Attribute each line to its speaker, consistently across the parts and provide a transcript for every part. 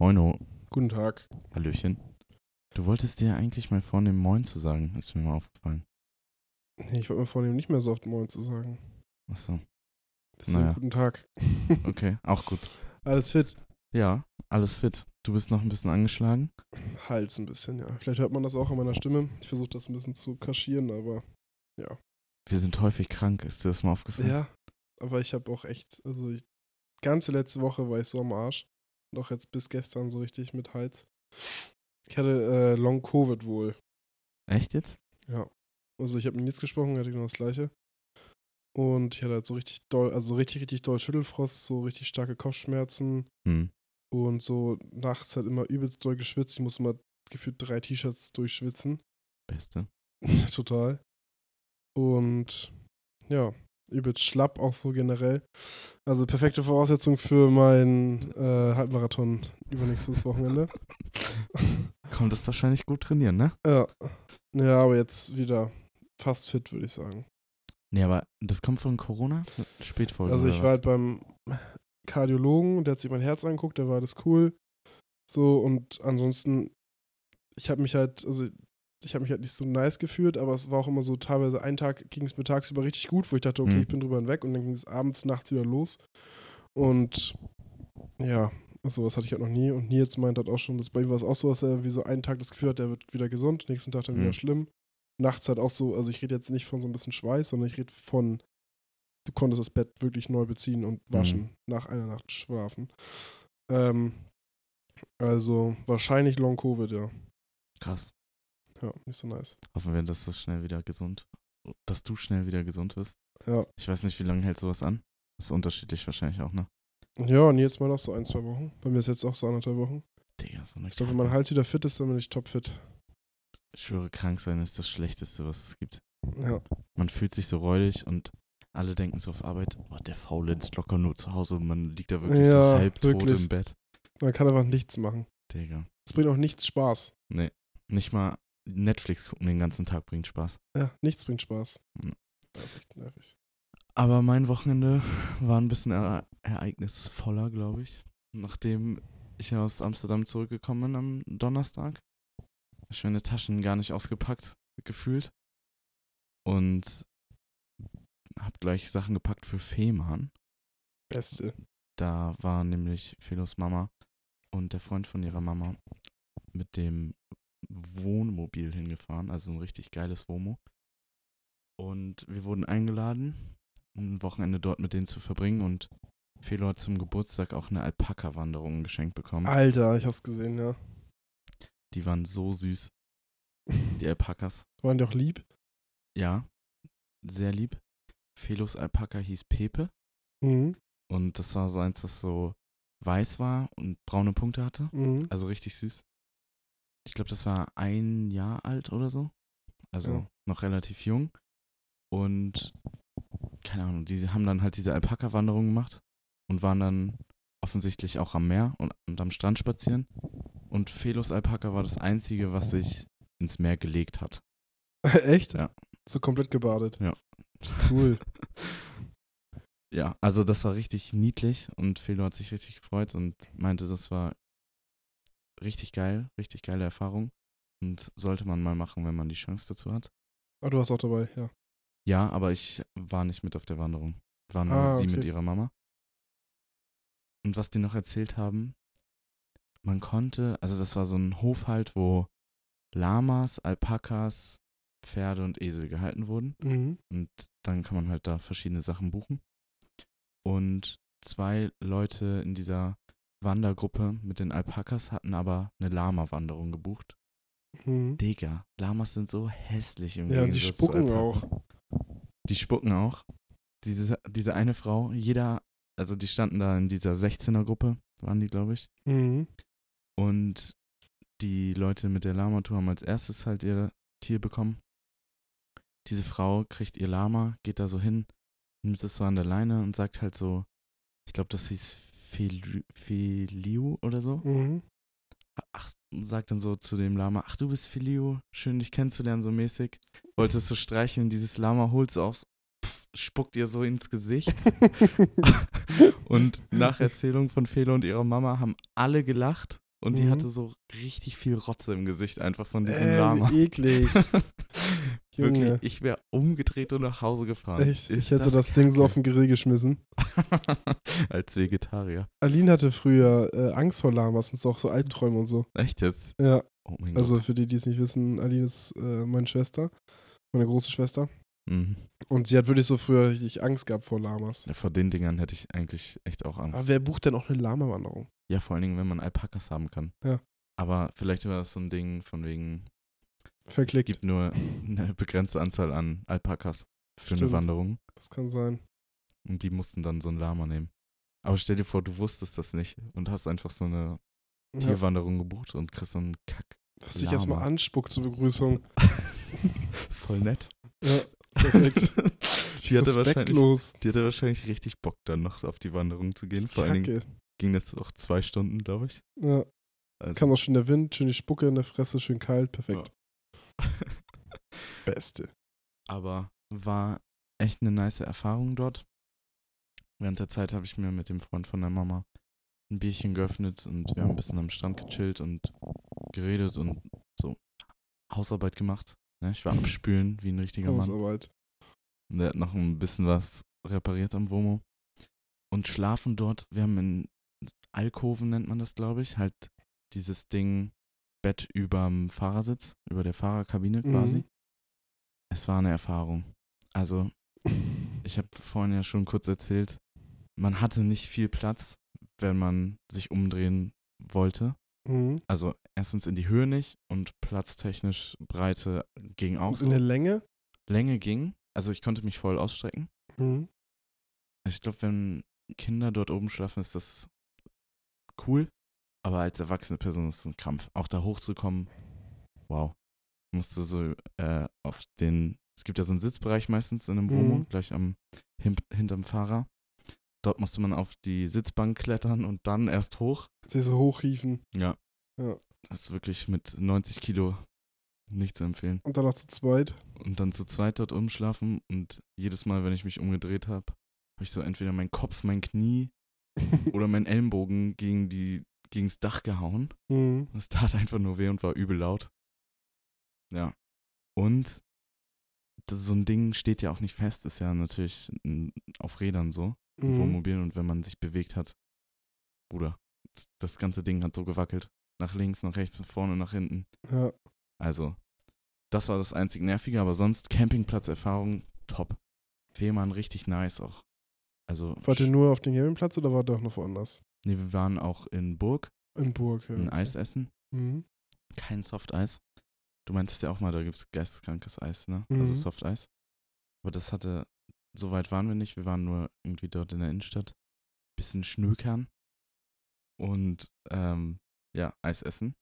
Speaker 1: Moino,
Speaker 2: Guten Tag.
Speaker 1: Hallöchen. Du wolltest dir eigentlich mal vornehmen, Moin zu sagen, ist mir mal aufgefallen.
Speaker 2: Nee, ich wollte mir vornehmen, nicht mehr so oft Moin zu sagen.
Speaker 1: Achso,
Speaker 2: Deswegen
Speaker 1: Naja.
Speaker 2: guten Tag.
Speaker 1: okay, auch gut.
Speaker 2: Alles fit?
Speaker 1: Ja, alles fit. Du bist noch ein bisschen angeschlagen.
Speaker 2: Hals ein bisschen, ja. Vielleicht hört man das auch an meiner Stimme. Ich versuche das ein bisschen zu kaschieren, aber
Speaker 1: Wir sind häufig krank, ist dir das mal aufgefallen?
Speaker 2: ja. Aber ich habe auch echt, also ich, ganze letzte Woche war ich so am Arsch. Und auch jetzt bis gestern so richtig mit Hals. Ich hatte äh, Long-Covid wohl.
Speaker 1: Echt jetzt?
Speaker 2: Also ich habe mit nichts gesprochen, er hatte genau das gleiche. Und ich hatte halt so richtig doll, also so richtig, richtig doll Schüttelfrost, so richtig starke Kopfschmerzen.
Speaker 1: Hm.
Speaker 2: Und so nachts hat immer übelst doll geschwitzt. Ich muss immer gefühlt drei T-Shirts durchschwitzen.
Speaker 1: Beste.
Speaker 2: Total. Und ja, übelst schlapp auch so generell. Also perfekte Voraussetzung für meinen äh, Halbmarathon übernächstes Wochenende.
Speaker 1: Konntest wahrscheinlich gut trainieren, ne?
Speaker 2: ja. ja, aber jetzt wieder fast fit, würde ich sagen.
Speaker 1: Nee, aber das kommt von Corona? Spätfolge
Speaker 2: Also
Speaker 1: oder
Speaker 2: ich
Speaker 1: was?
Speaker 2: war halt beim Kardiologen, der hat sich mein Herz angeguckt, der war das cool. So und ansonsten, ich habe mich halt, also ich habe mich halt nicht so nice gefühlt, aber es war auch immer so teilweise ein Tag ging es mir tagsüber richtig gut, wo ich dachte, okay,
Speaker 1: Mhm.
Speaker 2: ich bin drüber hinweg und dann ging es abends, nachts wieder los. Und ja, also das hatte ich halt noch nie. Und Nils meint halt auch schon, dass bei ihm war es auch so, dass er wie so einen Tag das Gefühl hat, er wird wieder gesund, nächsten Tag dann
Speaker 1: Mhm.
Speaker 2: wieder schlimm. Nachts halt auch so, also ich rede jetzt nicht von so ein bisschen Schweiß, sondern ich rede von du konntest das Bett wirklich neu beziehen und waschen, nach einer Nacht schlafen. Ähm, also wahrscheinlich Long Covid, ja.
Speaker 1: Krass.
Speaker 2: Ja, nicht so nice.
Speaker 1: Hoffen wir, dass das schnell wieder gesund, dass du schnell wieder gesund wirst.
Speaker 2: Ja.
Speaker 1: Ich weiß nicht, wie lange hält sowas an? ist unterschiedlich wahrscheinlich auch, ne?
Speaker 2: Ja, und jetzt mal noch so ein, zwei Wochen. Bei mir ist jetzt auch so anderthalb Wochen.
Speaker 1: Digga, so eine
Speaker 2: Ich glaube, wenn mein
Speaker 1: Kacke.
Speaker 2: Hals wieder fit ist, dann bin ich topfit.
Speaker 1: Ich schwöre, krank sein ist das Schlechteste, was es gibt.
Speaker 2: Ja.
Speaker 1: Man fühlt sich so räudig und alle denken so auf Arbeit, oh, der faulenzt locker nur zu Hause und man liegt da wirklich
Speaker 2: Ja,
Speaker 1: so halb tot
Speaker 2: wirklich.
Speaker 1: im Bett.
Speaker 2: Man kann einfach nichts machen.
Speaker 1: Digga.
Speaker 2: Es bringt auch nichts Spaß.
Speaker 1: Nicht mal Netflix gucken den ganzen Tag bringt Spaß.
Speaker 2: Ja, nichts bringt Spaß.
Speaker 1: Mhm.
Speaker 2: Das ist echt nervig.
Speaker 1: Aber mein Wochenende war ein bisschen er ereignisvoller, glaube ich. Nachdem ich aus Amsterdam zurückgekommen bin am Donnerstag, habe ich meine Taschen gar nicht ausgepackt gefühlt und habe gleich Sachen gepackt für Fehmarn.
Speaker 2: Beste.
Speaker 1: Da war nämlich Philos Mama und der Freund von ihrer Mama mit dem Wohnmobil hingefahren, also ein richtig geiles Womo. Und wir wurden eingeladen, um ein Wochenende dort mit denen zu verbringen und Philo hat zum Geburtstag auch eine Alpaka-Wanderung geschenkt bekommen.
Speaker 2: Alter, ich hab's gesehen, ja.
Speaker 1: Die waren so süß, die Alpakas.
Speaker 2: Waren die auch lieb?
Speaker 1: Ja, sehr lieb. Philos Alpaka hieß Pepe
Speaker 2: Mhm.
Speaker 1: und das war so eins, das so weiß war und braune Punkte hatte.
Speaker 2: Mhm.
Speaker 1: Also richtig süß. Ich glaube, das war ein Jahr alt oder so. Also
Speaker 2: Ja.
Speaker 1: noch relativ jung. Und keine Ahnung, die haben dann halt diese Alpaka-Wanderung gemacht und waren dann offensichtlich auch am Meer und, und am Strand spazieren. Und Felos Alpaka war das einzige, was sich ins Meer gelegt hat.
Speaker 2: echt?
Speaker 1: Ja.
Speaker 2: So komplett gebadet.
Speaker 1: Ja.
Speaker 2: Cool.
Speaker 1: Ja, also das war richtig niedlich und Felo hat sich richtig gefreut und meinte, das war richtig geil, richtig geile Erfahrung und sollte man mal machen, wenn man die Chance dazu hat.
Speaker 2: Aber Ah, du warst auch dabei, ja.
Speaker 1: Ja, aber ich war nicht mit auf der Wanderung. War nur
Speaker 2: Ah,
Speaker 1: sie
Speaker 2: okay.
Speaker 1: mit ihrer Mama. Und was die noch erzählt haben, man konnte, also das war so ein Hof halt, wo Lamas, Alpakas, Pferde und Esel gehalten wurden.
Speaker 2: Mhm.
Speaker 1: Und dann kann man halt da verschiedene Sachen buchen. Und zwei Leute in dieser Wandergruppe mit den Alpakas hatten aber eine Lama-Wanderung gebucht.
Speaker 2: Mhm.
Speaker 1: Digga, Lamas sind so hässlich im
Speaker 2: Ja, und die
Speaker 1: Gegensatz zu
Speaker 2: spucken
Speaker 1: Alpakas. Die spucken auch. Diese, diese eine Frau, jeder, also die standen da in dieser 16er-Gruppe, waren die, glaube ich.
Speaker 2: Mhm.
Speaker 1: Und die Leute mit der Lama-Tour haben als erstes halt ihr Tier bekommen. Diese Frau kriegt ihr Lama, geht da so hin, nimmt es so an der Leine und sagt halt so, ich glaube, das hieß Feliu- Feliu oder so.
Speaker 2: Mhm.
Speaker 1: Ach, und sagt dann so zu dem Lama, ach du bist Feliu, schön dich kennenzulernen, so mäßig. Wollte es so streicheln, dieses Lama holt so aufs, pff, spuckt ihr so ins Gesicht. Und nach Erzählung von Felo und ihrer Mama haben alle gelacht Und die
Speaker 2: Mhm.
Speaker 1: hatte so richtig viel Rotze im Gesicht einfach von diesem
Speaker 2: Äh,
Speaker 1: Lama.
Speaker 2: wie eklig. Junge.
Speaker 1: Wirklich, ich wäre umgedreht und nach Hause gefahren.
Speaker 2: Echt,
Speaker 1: Ist
Speaker 2: ich hätte das, Ding so auf
Speaker 1: kacke?
Speaker 2: den Grill geschmissen.
Speaker 1: Als Vegetarier.
Speaker 2: Aline hatte früher äh, Angst vor Lamas und so auch so Albträume und so.
Speaker 1: Echt jetzt?
Speaker 2: Ja,
Speaker 1: Oh mein
Speaker 2: also
Speaker 1: Gott.
Speaker 2: für die, die es nicht wissen, Aline ist äh, meine Schwester, meine große Schwester.
Speaker 1: Mhm.
Speaker 2: Und sie hat wirklich so früher richtig Angst gehabt vor Lamas.
Speaker 1: Ja, vor den Dingern hätte ich eigentlich echt auch Angst.
Speaker 2: Aber wer bucht denn auch eine Lama-Wanderung?
Speaker 1: Ja, vor allen Dingen, wenn man Alpakas haben kann.
Speaker 2: Ja.
Speaker 1: Aber vielleicht war das so ein Ding von wegen, es
Speaker 2: Verklickt,
Speaker 1: gibt nur eine begrenzte Anzahl an Alpakas für
Speaker 2: Stimmt.
Speaker 1: eine Wanderung.
Speaker 2: das kann sein.
Speaker 1: Und die mussten dann so ein Lama nehmen. Aber stell dir vor, du wusstest das nicht und hast einfach so eine
Speaker 2: Ja,
Speaker 1: Tierwanderung gebucht und kriegst so einen Kack.
Speaker 2: was dich erstmal
Speaker 1: Lama.
Speaker 2: anspuckt zur Begrüßung.
Speaker 1: Voll nett.
Speaker 2: Ja, perfekt.
Speaker 1: die, hatte wahrscheinlich,
Speaker 2: Respektlos.
Speaker 1: die hatte wahrscheinlich richtig Bock, dann noch auf die Wanderung zu gehen. Vor allen Dingen
Speaker 2: Kacke.
Speaker 1: ging das auch zwei Stunden, glaube ich.
Speaker 2: Ja,
Speaker 1: Also,
Speaker 2: kam auch schön der Wind, schön die Spucke in der Fresse, schön kalt, perfekt. Beste.
Speaker 1: aber war echt eine nice Erfahrung dort. Während der Zeit habe ich mir mit dem Freund von der Mama ein Bierchen geöffnet und wir haben ein bisschen am Strand gechillt und geredet und so Hausarbeit gemacht. Ne, ich war am Spülen wie ein
Speaker 2: Oh,
Speaker 1: richtiger Mann.
Speaker 2: Hausarbeit.
Speaker 1: Und der hat noch ein bisschen was repariert am Womo. Und schlafen dort, wir haben in Alkoven nennt man das, glaube ich, halt dieses Ding, Bett überm Fahrersitz, über der Fahrerkabine
Speaker 2: Mhm.
Speaker 1: quasi. Es war eine Erfahrung. Also, ich habe vorhin ja schon kurz erzählt, man hatte nicht viel Platz, wenn man sich umdrehen wollte.
Speaker 2: Mhm.
Speaker 1: Also erstens in die Höhe nicht und platztechnisch Breite ging auch
Speaker 2: In der
Speaker 1: so.
Speaker 2: Länge?
Speaker 1: Länge ging, also ich konnte mich voll ausstrecken.
Speaker 2: Mhm.
Speaker 1: Also ich glaube, wenn Kinder dort oben schlafen, ist das cool. Aber als erwachsene Person ist es ein Krampf. Auch da hochzukommen, wow. Musst du so äh, auf den. Es gibt ja so einen Sitzbereich meistens in einem Womo,
Speaker 2: Mhm.
Speaker 1: gleich am hin, hinterm Fahrer. Dort musste man auf die Sitzbank klettern und dann erst hoch.
Speaker 2: Sie so hochriefen
Speaker 1: Ja.
Speaker 2: Ja.
Speaker 1: Das ist wirklich mit 90 Kilo nicht zu empfehlen
Speaker 2: und danach zu zweit.
Speaker 1: und dann zu zweit dort umschlafen und jedes Mal, wenn ich mich umgedreht habe, habe ich so entweder meinen Kopf, mein Knie oder meinen Ellenbogen gegen die gegens Dach gehauen.
Speaker 2: Mhm.
Speaker 1: Das tat einfach nur weh und war übel laut. Ja. Und das, so ein Ding steht ja auch nicht fest, ist ja natürlich n, auf Rädern so,
Speaker 2: Mhm.
Speaker 1: Wohnmobil und wenn man sich bewegt hat, Bruder, das ganze Ding hat so gewackelt. Nach links, nach rechts, nach vorne, nach hinten.
Speaker 2: Ja.
Speaker 1: Also, das war das einzig Nervige, aber sonst Campingplatzerfahrung top. Fehmarn richtig nice auch. Also,
Speaker 2: Wart ihr
Speaker 1: sch-
Speaker 2: nur auf dem Campingplatz oder wart ihr auch noch woanders?
Speaker 1: nee, wir waren auch in Burg,
Speaker 2: In Burg, ja.
Speaker 1: ein Eis essen.
Speaker 2: Mhm.
Speaker 1: Kein Softeis. Du meintest ja auch mal, da gibt es geisteskrankes Eis, ne?
Speaker 2: Mhm.
Speaker 1: Also Softeis. Aber das hatte, so weit waren wir nicht. Wir waren nur irgendwie dort in der Innenstadt. Bisschen schnökern. Und, ähm, ja, Eis essen.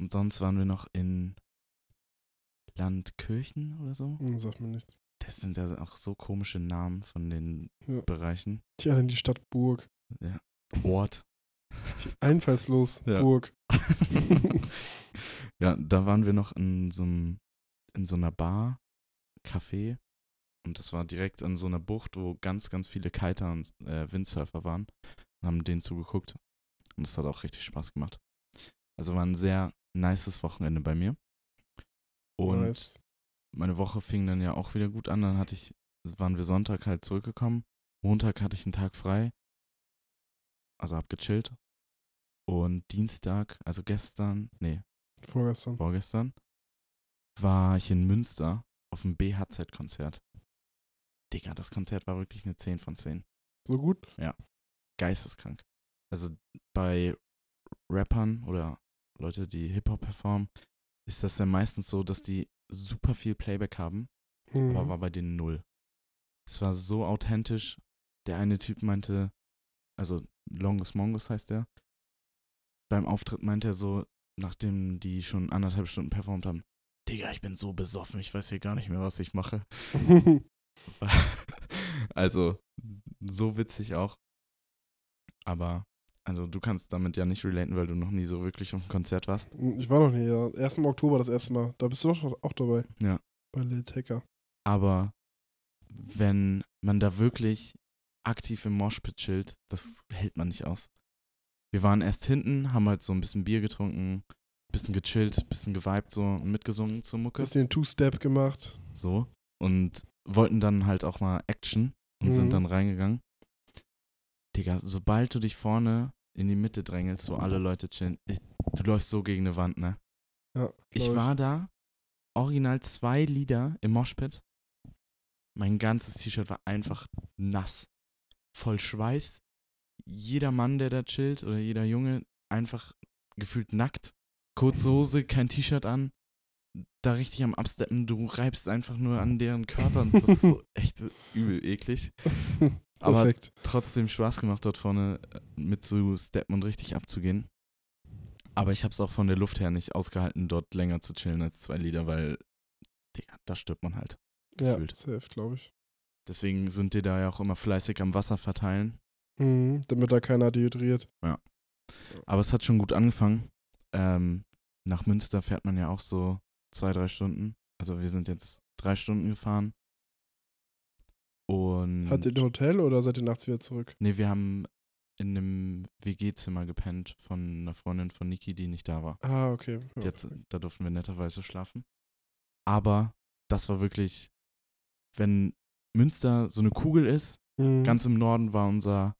Speaker 1: Und sonst waren wir noch in Landkirchen oder so.
Speaker 2: Mhm, Sagt mir nichts.
Speaker 1: Das sind ja auch so komische Namen von den
Speaker 2: Ja.
Speaker 1: Bereichen.
Speaker 2: Die alle in die Stadt Burg.
Speaker 1: Ja. Ort.
Speaker 2: Einfallslos,
Speaker 1: Ja.
Speaker 2: Burg.
Speaker 1: ja, da waren wir noch in so, einem, in so einer Bar, Café. Und das war direkt an so einer Bucht, wo ganz, ganz viele Kiter und äh, Windsurfer waren. Und haben denen zugeguckt. Und das hat auch richtig Spaß gemacht. Also war ein sehr nices Wochenende bei mir. Und
Speaker 2: nice.
Speaker 1: meine Woche fing dann ja auch wieder gut an. Dann hatte ich, waren wir Sonntag halt zurückgekommen. Montag hatte ich einen Tag frei. Also hab gechillt. Und Dienstag, also gestern, nee,
Speaker 2: Vorgestern.
Speaker 1: vorgestern, war ich in Münster auf dem BHZ-Konzert. Digga, das Konzert war wirklich eine 10 von 10.
Speaker 2: So gut?
Speaker 1: Geisteskrank. Also bei Rappern oder Leute, die Hip-Hop performen, ist das ja meistens so, dass die super viel Playback haben
Speaker 2: Mhm.
Speaker 1: aber war bei denen null. Es war so authentisch. Der eine Typ meinte, also Longus Mongus heißt der, beim Auftritt meinte er so, nachdem die schon anderthalb Stunden performt haben, Digga, ich bin so besoffen, ich weiß hier gar nicht mehr, was ich mache. also, so witzig auch. Aber, also du kannst damit ja nicht relaten, weil du noch nie so wirklich auf einem Konzert warst.
Speaker 2: ich war noch nie, ja. Erst im Oktober das erste Mal. Da bist du doch auch dabei.
Speaker 1: Ja.
Speaker 2: Bei Late Hacker.
Speaker 1: Aber wenn man da wirklich aktiv im Moshpit chillt, das hält man nicht aus. Wir waren erst hinten, haben halt so ein bisschen Bier getrunken, bisschen gechillt, bisschen geweibt so und mitgesungen zur Mucke.
Speaker 2: Hast du den Two-Step gemacht?
Speaker 1: So. Und wollten dann halt auch mal Action und
Speaker 2: Mhm.
Speaker 1: sind dann reingegangen. Digga, sobald du dich vorne in die Mitte drängelst, wo alle Leute chillen, ich, du läufst so gegen eine Wand, ne?
Speaker 2: Ja, glaub
Speaker 1: Ich war da, original zwei Lieder im Moshpit. Mein ganzes T-Shirt war einfach nass. Voll Schweiß. Jeder Mann, der da chillt oder jeder Junge, einfach gefühlt nackt. Kurze Hose, kein T-Shirt an. Da richtig am Absteppen, du reibst einfach nur an deren Körper. Und das ist so echt übel eklig. Aber
Speaker 2: Perfekt.
Speaker 1: trotzdem Spaß gemacht, dort vorne äh, mit zu steppen und richtig abzugehen. Aber ich habe es auch von der Luft her nicht ausgehalten, dort länger zu chillen als zwei Lieder, weil, Digga, da stirbt man halt. gefühlt.
Speaker 2: Ja, safe, glaube ich.
Speaker 1: Deswegen sind die da ja auch immer fleißig am Wasser verteilen.
Speaker 2: Mhm, damit da keiner dehydriert.
Speaker 1: Aber es hat schon gut angefangen. Ähm, nach Münster fährt man ja auch so zwei, drei Stunden. Also wir sind jetzt drei Stunden gefahren. Und.
Speaker 2: Hat ihr ein Hotel oder seid ihr nachts wieder zurück?
Speaker 1: Nee, wir haben in einem WG-Zimmer gepennt von einer Freundin von Niki, die nicht da war.
Speaker 2: Ah, okay. Ja,
Speaker 1: Jetzt, äh, da durften wir netterweise schlafen. Aber das war wirklich, wenn Münster so eine Kugel ist,
Speaker 2: Mhm.
Speaker 1: ganz im Norden war unser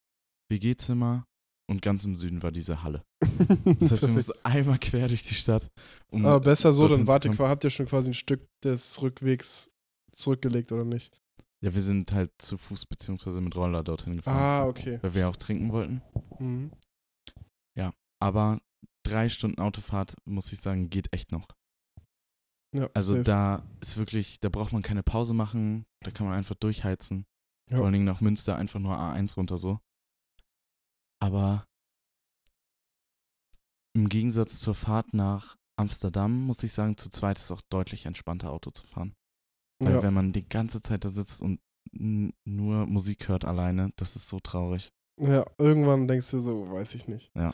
Speaker 1: WG-Zimmer und ganz im Süden war diese Halle. Das heißt, wir
Speaker 2: Perfekt.
Speaker 1: mussten einmal quer durch die Stadt. Um,
Speaker 2: Aber besser so,
Speaker 1: dorthin
Speaker 2: dann
Speaker 1: zu
Speaker 2: wart ihr,
Speaker 1: kommen.
Speaker 2: qua- habt ihr schon quasi ein Stück des Rückwegs zurückgelegt, oder nicht?
Speaker 1: ja, wir sind halt zu Fuß beziehungsweise mit Roller dorthin gefahren,
Speaker 2: Ah, okay.
Speaker 1: weil wir auch trinken wollten.
Speaker 2: Mhm.
Speaker 1: Aber drei Stunden Autofahrt, muss ich sagen, geht echt noch.
Speaker 2: Ja,
Speaker 1: Also
Speaker 2: safe.
Speaker 1: da ist wirklich, da braucht man keine Pause machen, da kann man einfach durchheizen.
Speaker 2: Ja.
Speaker 1: Vor allen Dingen nach Münster einfach nur A1 runter so. Aber im Gegensatz zur Fahrt nach Amsterdam muss ich sagen, zu zweit ist auch deutlich entspannter Auto zu fahren. Weil
Speaker 2: ja.
Speaker 1: wenn man die ganze Zeit da sitzt und n- nur Musik hört alleine, das ist so traurig.
Speaker 2: ja, irgendwann denkst du so, weiß ich nicht.
Speaker 1: Ja.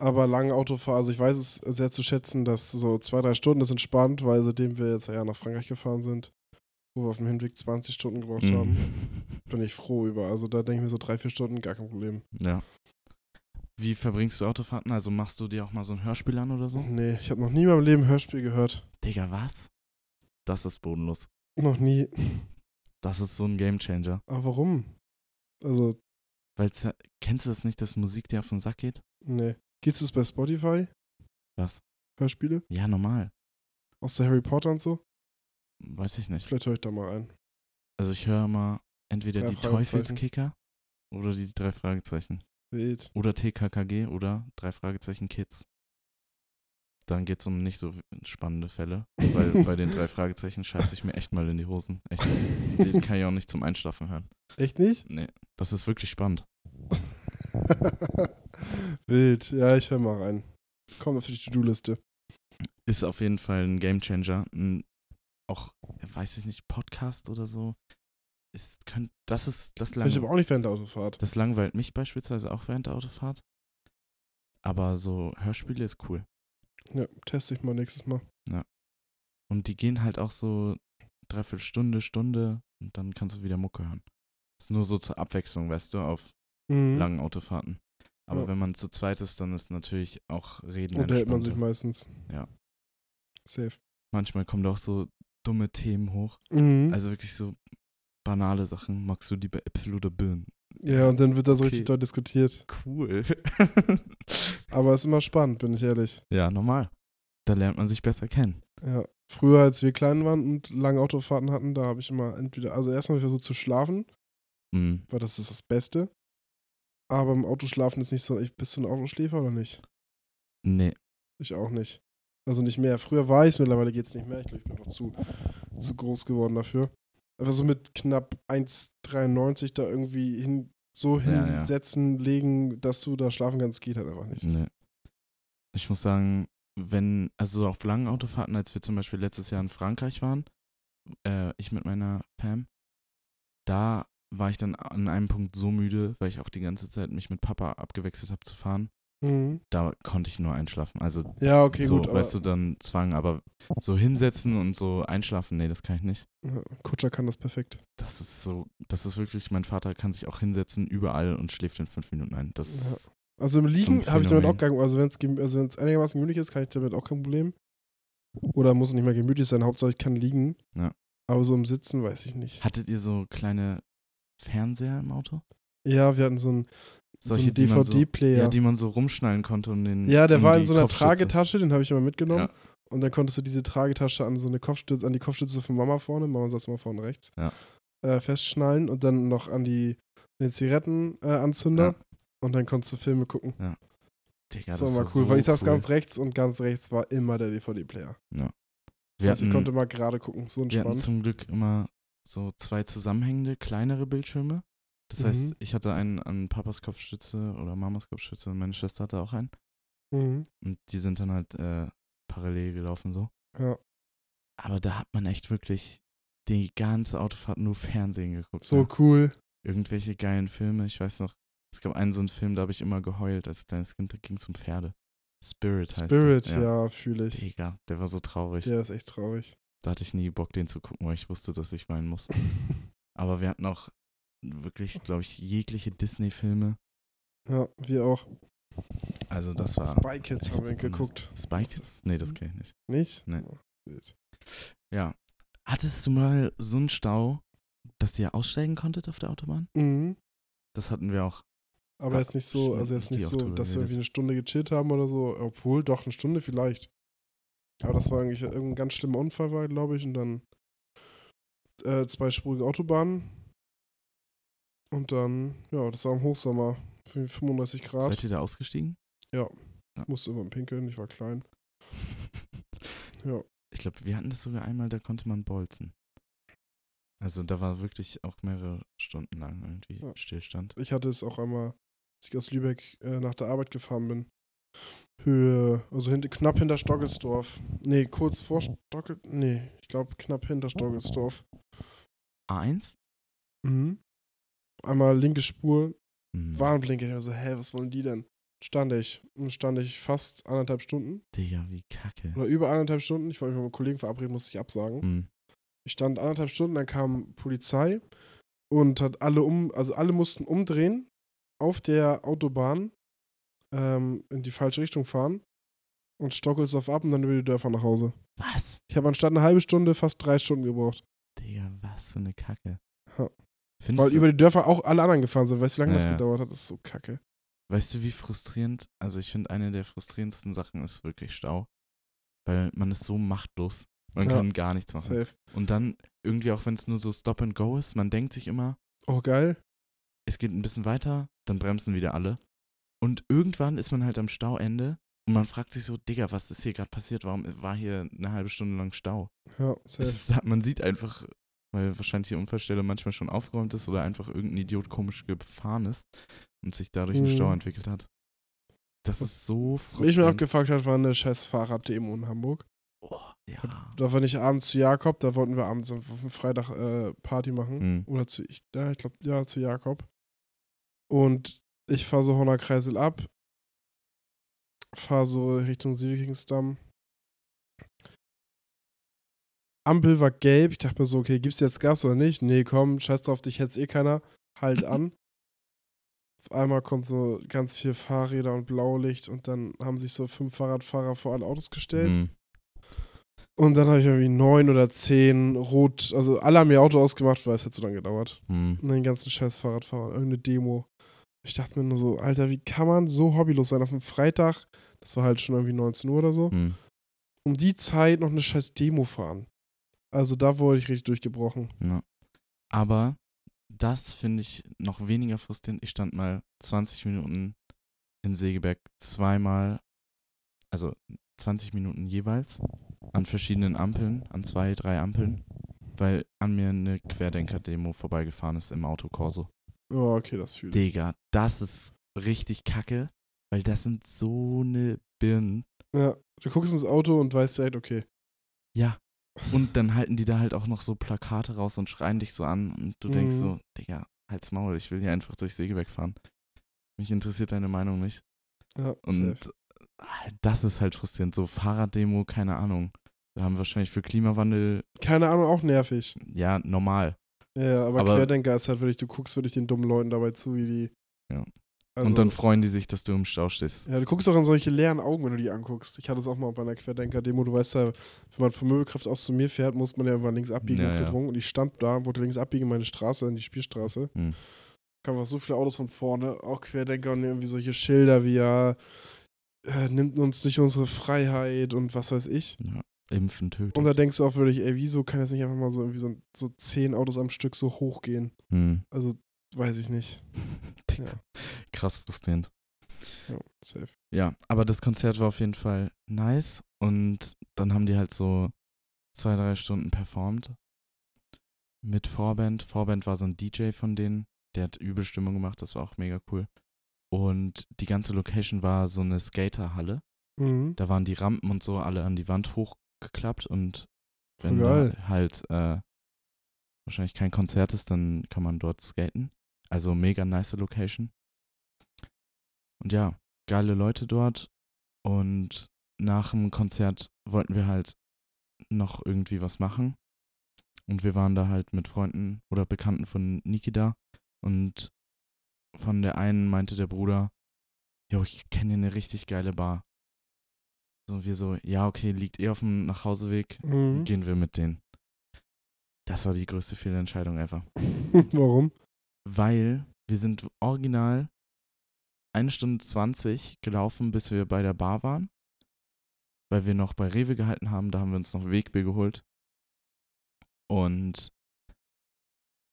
Speaker 2: Aber lange Autofahrt, also ich weiß es sehr zu schätzen, dass so zwei, drei Stunden ist entspannt, weil seitdem wir jetzt ja nach Frankreich gefahren sind, wo wir auf dem Hinweg 20 Stunden gebraucht
Speaker 1: Mhm.
Speaker 2: haben, bin ich froh über. Also da denke ich mir so drei, vier Stunden, gar kein Problem.
Speaker 1: Ja. Wie verbringst du Autofahrten? Also machst du dir auch mal so ein Hörspiel an oder so?
Speaker 2: Nee, ich habe noch nie in meinem Leben Hörspiel gehört.
Speaker 1: Digga, was? Das ist bodenlos.
Speaker 2: Noch nie.
Speaker 1: Das ist so ein Gamechanger.
Speaker 2: Aber warum? Also,
Speaker 1: Weil kennst du das nicht, dass Musik dir auf den Sack geht?
Speaker 2: nee. Gibt's das bei Spotify?
Speaker 1: Was?
Speaker 2: Hörspiele?
Speaker 1: Ja, normal.
Speaker 2: Außer Harry Potter und so?
Speaker 1: Weiß ich nicht.
Speaker 2: Vielleicht höre ich da mal rein.
Speaker 1: Also ich höre immer entweder
Speaker 2: Drei
Speaker 1: die
Speaker 2: Fragezeichen.
Speaker 1: Teufelskicker oder die drei Fragezeichen.
Speaker 2: Wild.
Speaker 1: Oder TKKG oder drei Fragezeichen Kids. Dann geht es um nicht so spannende Fälle, weil bei den drei Fragezeichen scheiße ich mir echt mal in die Hosen. Echt. Den kann ich auch nicht zum Einschlafen hören.
Speaker 2: Echt nicht?
Speaker 1: Nee, das ist wirklich spannend.
Speaker 2: Wild. Ja, ich höre mal rein. Kommt auf die To-Do-Liste.
Speaker 1: Ist auf jeden Fall ein Gamechanger. Ein, auch, äh, weiß ich nicht, Podcast oder so. Ist, könnt, das ist das
Speaker 2: Ich
Speaker 1: lange.
Speaker 2: aber auch nicht während der Autofahrt.
Speaker 1: Das langweilt mich beispielsweise auch während der Autofahrt. Aber so Hörspiele ist cool.
Speaker 2: Ja, teste ich mal nächstes Mal.
Speaker 1: Und die gehen halt auch so dreiviertel Stunde, Stunde und dann kannst du wieder Mucke hören. Ist nur so zur Abwechslung, weißt du, auf
Speaker 2: Mhm.
Speaker 1: langen Autofahrten. Aber
Speaker 2: Ja.
Speaker 1: wenn man zu zweit ist, dann ist natürlich auch Reden
Speaker 2: Unterhält man sich
Speaker 1: entspannter.
Speaker 2: meistens.
Speaker 1: Ja.
Speaker 2: Safe.
Speaker 1: Manchmal kommen da auch so dumme Themen hoch.
Speaker 2: Mhm.
Speaker 1: Also wirklich so banale Sachen. Magst du lieber Äpfel oder Birnen?
Speaker 2: ja, und dann wird das
Speaker 1: Okay.
Speaker 2: richtig doll diskutiert.
Speaker 1: Cool.
Speaker 2: Aber ist immer spannend, bin ich ehrlich.
Speaker 1: ja, normal. Da lernt man sich besser kennen.
Speaker 2: Ja, früher, als wir klein waren und lange Autofahrten hatten, da habe ich immer entweder, also erstmal versucht zu schlafen,
Speaker 1: Mhm.
Speaker 2: weil das ist das Beste. Aber im Auto schlafen ist nicht so, ich, bist du ein Autoschläfer oder nicht?
Speaker 1: Nee.
Speaker 2: Ich auch nicht. Also nicht mehr. Früher war ich es, mittlerweile geht es nicht mehr. Ich glaube, ich bin einfach zu, zu groß geworden dafür. Einfach so mit knapp 1,93 da irgendwie hin, so
Speaker 1: Ja, ja.
Speaker 2: hinsetzen, legen, dass du da schlafen kannst, geht halt einfach nicht.
Speaker 1: Nee. Ich muss sagen, wenn, also so auf langen Autofahrten, als wir zum Beispiel letztes Jahr in Frankreich waren, äh, ich mit meiner Pam, da war ich dann an einem Punkt so müde, weil ich auch die ganze Zeit mich mit Papa abgewechselt habe zu fahren.
Speaker 2: Mhm.
Speaker 1: Da konnte ich nur einschlafen. Also
Speaker 2: Ja, okay,
Speaker 1: so,
Speaker 2: gut. Aber
Speaker 1: weißt du, dann Zwang, aber so hinsetzen und so einschlafen, nee, das kann ich nicht.
Speaker 2: ja, Kutscher kann das perfekt.
Speaker 1: Das ist so, das ist wirklich, mein Vater kann sich auch hinsetzen überall und schläft in fünf Minuten ein. Das
Speaker 2: Ja.
Speaker 1: ist
Speaker 2: Also im Liegen habe ich damit
Speaker 1: Phänomen.
Speaker 2: auch kein Also wenn es gem- also wenn's einigermaßen gemütlich ist, kann ich damit auch kein Problem. Oder muss nicht mal gemütlich sein, Hauptsache ich kann liegen.
Speaker 1: Ja.
Speaker 2: Aber so im Sitzen weiß ich nicht.
Speaker 1: Hattet ihr so kleine Fernseher im Auto?
Speaker 2: Ja, wir hatten so einen, so einen
Speaker 1: die man so- Ja,
Speaker 2: DVD-Player.
Speaker 1: die man so rumschnallen konnte und den.
Speaker 2: Ja, der
Speaker 1: um
Speaker 2: war in
Speaker 1: die
Speaker 2: so einer
Speaker 1: Kopfstütze.
Speaker 2: Tragetasche, den habe ich immer mitgenommen.
Speaker 1: Ja.
Speaker 2: Und dann konntest du diese Tragetasche an so eine Kopfstütze, an die Kopfstütze von Mama vorne, Mama saß mal vorne rechts,
Speaker 1: Ja.
Speaker 2: äh, festschnallen und dann noch an die an den Zigarettenanzünder äh, Anzünder.
Speaker 1: Ja,
Speaker 2: und dann konntest du Filme gucken.
Speaker 1: Digga,
Speaker 2: das
Speaker 1: das
Speaker 2: war immer
Speaker 1: war
Speaker 2: cool,
Speaker 1: so
Speaker 2: weil ich saß
Speaker 1: cool.
Speaker 2: ganz rechts und ganz rechts war immer der DVD-Player.
Speaker 1: Wir
Speaker 2: Also ich
Speaker 1: hatten,
Speaker 2: konnte mal gerade gucken, so
Speaker 1: wir hatten
Speaker 2: entspannt.
Speaker 1: zum Glück immer so zwei zusammenhängende, kleinere Bildschirme. Das
Speaker 2: Mhm.
Speaker 1: heißt, ich hatte einen an Papas Kopfstütze oder Mamas Kopfstütze und meine Schwester hatte auch einen.
Speaker 2: Mhm.
Speaker 1: Und die sind dann halt äh, parallel gelaufen so.
Speaker 2: Ja.
Speaker 1: Aber da hat man echt wirklich die ganze Autofahrt nur Fernsehen geguckt.
Speaker 2: So
Speaker 1: ne?
Speaker 2: cool.
Speaker 1: Irgendwelche geilen Filme. Ich weiß noch, es gab einen so einen Film, da habe ich immer geheult als kleines Kind. Da ging es um Pferde. Spirit heißt
Speaker 2: Spirit,
Speaker 1: der.
Speaker 2: ja, fühle ich.
Speaker 1: Digga, der war so traurig.
Speaker 2: Ja, ist echt traurig.
Speaker 1: Da hatte ich nie Bock, den zu gucken, weil ich wusste, dass ich weinen muss. Aber wir hatten auch wirklich, glaube ich, jegliche Disney-Filme.
Speaker 2: ja, wir auch.
Speaker 1: Also das war
Speaker 2: Spy Kids
Speaker 1: echt
Speaker 2: haben
Speaker 1: so
Speaker 2: wir geguckt.
Speaker 1: Spy Kids? Nee, das
Speaker 2: Mhm.
Speaker 1: kenne ich nicht.
Speaker 2: Nicht?
Speaker 1: Nee.
Speaker 2: Oh, wild.
Speaker 1: Ja. Hattest du mal so einen Stau, dass ihr aussteigen konntet auf der Autobahn?
Speaker 2: Mhm.
Speaker 1: Das hatten wir auch.
Speaker 2: Aber
Speaker 1: Ja,
Speaker 2: jetzt nicht so,
Speaker 1: ich
Speaker 2: also
Speaker 1: mein,
Speaker 2: jetzt
Speaker 1: die
Speaker 2: nicht
Speaker 1: auch
Speaker 2: so,
Speaker 1: drüber
Speaker 2: dass wir
Speaker 1: geredet.
Speaker 2: irgendwie eine Stunde gechillt haben oder so. Obwohl, doch, eine Stunde vielleicht. Aber das war eigentlich irgendein ganz schlimmer Unfall, war, glaube ich. Und dann äh, zweispurige Autobahn. Und dann, ja, das war im Hochsommer. 35 Grad.
Speaker 1: Seid ihr da ausgestiegen?
Speaker 2: Musste immer pinkeln, ich war klein. Ja.
Speaker 1: Ich glaube, wir hatten das sogar einmal, da konnte man bolzen. Also da war wirklich auch mehrere Stunden lang irgendwie
Speaker 2: Ja.
Speaker 1: Stillstand.
Speaker 2: Ich hatte es auch einmal, als ich aus Lübeck äh, nach der Arbeit gefahren bin. Höhe, also hint, knapp hinter Stockelsdorf. Nee, kurz vor Stockel. Nee, ich glaube knapp hinter Stockelsdorf.
Speaker 1: A1?
Speaker 2: Mhm. Einmal linke Spur,
Speaker 1: Mhm.
Speaker 2: Warnblinker. Ich war so, hä, was wollen die denn? Stand ich. Und stand ich fast anderthalb Stunden.
Speaker 1: Digga, wie kacke.
Speaker 2: Oder über anderthalb Stunden. Ich wollte mich mit einem Kollegen verabreden, musste ich absagen.
Speaker 1: Mhm.
Speaker 2: Ich stand anderthalb Stunden, dann kam Polizei und hat alle um, also alle mussten umdrehen auf der Autobahn ähm, in die falsche Richtung fahren und Stockelsdorf ab und dann über die Dörfer nach Hause.
Speaker 1: Was?
Speaker 2: Ich habe anstatt eine halbe Stunde fast drei Stunden gebraucht,
Speaker 1: Digga, was für eine Kacke.
Speaker 2: Ja.
Speaker 1: Findest
Speaker 2: weil
Speaker 1: du,
Speaker 2: über die Dörfer auch alle anderen gefahren sind. Weißt du, wie lange
Speaker 1: Ja,
Speaker 2: das
Speaker 1: ja.
Speaker 2: gedauert hat? Das ist so kacke.
Speaker 1: Weißt du, wie frustrierend? Also, ich finde, eine der frustrierendsten Sachen ist wirklich Stau. Weil man ist so machtlos. Man
Speaker 2: Ja.
Speaker 1: kann gar nichts machen.
Speaker 2: Safe.
Speaker 1: Und dann irgendwie, auch wenn es nur so Stop and Go ist, man denkt sich immer,
Speaker 2: Oh, geil.
Speaker 1: es geht ein bisschen weiter, dann bremsen wieder alle. Und irgendwann ist man halt am Stauende und man fragt sich so: Digga, was ist hier gerade passiert? Warum war hier eine halbe Stunde lang Stau?
Speaker 2: Ja, safe.
Speaker 1: Es ist, man sieht einfach, weil wahrscheinlich die Unfallstelle manchmal schon aufgeräumt ist oder einfach irgendein Idiot komisch gefahren ist und sich dadurch ein Stau
Speaker 2: Mhm.
Speaker 1: entwickelt hat. Das
Speaker 2: Was
Speaker 1: ist so
Speaker 2: Was ich mir auch
Speaker 1: frustrierend.
Speaker 2: gefragt hat, war eine scheiß Fahrraddemo in Hamburg.
Speaker 1: oh, ja.
Speaker 2: Da war nicht abends zu Jakob, da wollten wir abends auf dem Freitag äh, Party machen.
Speaker 1: Mhm.
Speaker 2: Oder zu, ich, ja, ich glaube, ja, zu Jakob. Und ich fahre so Horner Kreisel ab, fahre so Richtung Sievikingsdamm. Ampel war gelb. Ich dachte mir so, okay, gibst du jetzt Gas oder nicht? Nee, komm, scheiß drauf, dich hätt's eh keiner. Halt an. Auf einmal kommt so ganz viel Fahrräder und Blaulicht und dann haben sich so fünf Fahrradfahrer vor alle Autos gestellt.
Speaker 1: Mhm.
Speaker 2: Und dann habe ich irgendwie neun oder zehn rot, also alle haben ihr Auto ausgemacht, weil es hat so lange gedauert.
Speaker 1: Mhm.
Speaker 2: Und den ganzen scheiß Fahrradfahrer, irgendeine Demo. Ich dachte mir nur so, Alter, wie kann man so hobbylos sein auf einem Freitag? Das war halt schon irgendwie 19 Uhr oder so.
Speaker 1: Mhm.
Speaker 2: Um die Zeit noch eine scheiß Demo fahren. Also da wurde ich richtig durchgebrochen.
Speaker 1: Ja. Ne? Aber das finde ich noch weniger frustrierend. Ich stand mal 20 Minuten in Segeberg zweimal, also 20 Minuten jeweils an verschiedenen Ampeln, an zwei, drei Ampeln, weil an mir eine Querdenker-Demo vorbeigefahren ist im Autokorso.
Speaker 2: Ja, okay, das fühle ich.
Speaker 1: Digga, das ist richtig kacke, weil das sind so eine Birnen.
Speaker 2: Ja, du guckst ins Auto und weißt direkt, okay.
Speaker 1: Ja. Und dann halten die da halt auch noch so Plakate raus und schreien dich so an und du denkst
Speaker 2: Mhm.
Speaker 1: so, Digga, halt's Maul, ich will hier einfach durch Segeberg fahren. Mich interessiert deine Meinung nicht.
Speaker 2: Ja,
Speaker 1: Und
Speaker 2: safe.
Speaker 1: äh, das ist halt frustrierend. So Fahrraddemo, keine Ahnung. Da haben wahrscheinlich für Klimawandel,
Speaker 2: Keine Ahnung, auch nervig.
Speaker 1: ja, normal.
Speaker 2: Ja, aber,
Speaker 1: Aber-
Speaker 2: Querdenker ist halt wirklich, du guckst wirklich den dummen Leuten dabei zu, wie die
Speaker 1: Ja.
Speaker 2: Also,
Speaker 1: und dann freuen die sich, dass du im Stau stehst.
Speaker 2: Ja, du guckst auch in solche leeren Augen, wenn du die anguckst. Ich hatte es auch mal bei einer Querdenker-Demo. Du weißt ja, wenn man von Möbelkraft aus zu mir fährt, muss man ja irgendwann links abbiegen
Speaker 1: Ja,
Speaker 2: und
Speaker 1: ja.
Speaker 2: gedrungen. Und ich stand da, wollte links abbiegen in meine Straße, in die Spielstraße.
Speaker 1: Hm.
Speaker 2: Kamen einfach so viele Autos von vorne, auch Querdenker und irgendwie solche Schilder wie ja, äh, nimmt uns nicht unsere Freiheit und was weiß ich.
Speaker 1: Ja. Impfen töten.
Speaker 2: Und da denkst du auch wirklich, ey, wieso kann jetzt nicht einfach mal so irgendwie so, so zehn Autos am Stück so hochgehen?
Speaker 1: Hm.
Speaker 2: Also, weiß ich nicht.
Speaker 1: Digga. Krass frustrierend.
Speaker 2: Ja, safe.
Speaker 1: Ja, aber das Konzert war auf jeden Fall nice und dann haben die halt so zwei, drei Stunden performt mit Vorband. Vorband war so ein DJ von denen, der hat übel Stimmung gemacht, das war auch mega cool. Und die ganze Location war so eine Skaterhalle.
Speaker 2: Mhm.
Speaker 1: Da waren die Rampen und so alle an die Wand hochgeklappt und wenn
Speaker 2: Voll
Speaker 1: da halt äh, wahrscheinlich kein Konzert ist, dann kann man dort skaten. Also mega nice Location. Und ja, geile Leute dort. Und nach dem Konzert wollten wir halt noch irgendwie was machen. Und wir waren da halt mit Freunden oder Bekannten von Niki da. Und von der einen meinte der Bruder, Jo, ich kenne hier eine richtig geile Bar. So, wir so, ja, okay, liegt eh auf dem Nachhauseweg
Speaker 2: Mhm.
Speaker 1: gehen wir mit denen. Das war die größte Fehlentscheidung ever.
Speaker 2: Warum?
Speaker 1: Weil wir sind original eine Stunde 20 gelaufen, bis wir bei der Bar waren. Weil wir noch bei Rewe gehalten haben, da haben wir uns noch Wegbier geholt. Und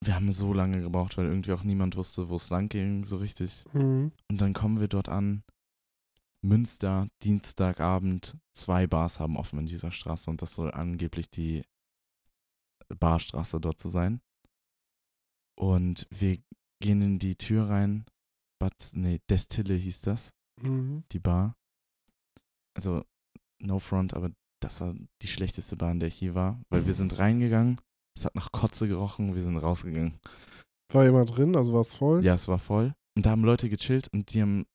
Speaker 1: wir haben so lange gebraucht, weil irgendwie auch niemand wusste, wo es lang ging, so richtig.
Speaker 2: Mhm.
Speaker 1: Und dann kommen wir dort an. Münster, Dienstagabend, zwei Bars haben offen in dieser Straße und das soll angeblich die Barstraße dort zu sein. Und wir gehen in die Tür rein. Bad, nee, Destille hieß das,
Speaker 2: Mhm.
Speaker 1: die Bar. Also, no front, aber das war die schlechteste Bar, in der ich je war, weil wir sind reingegangen, es hat nach Kotze gerochen, wir sind rausgegangen.
Speaker 2: War jemand drin? Also war es voll?
Speaker 1: Ja, es war voll. Und da haben Leute gechillt und die haben,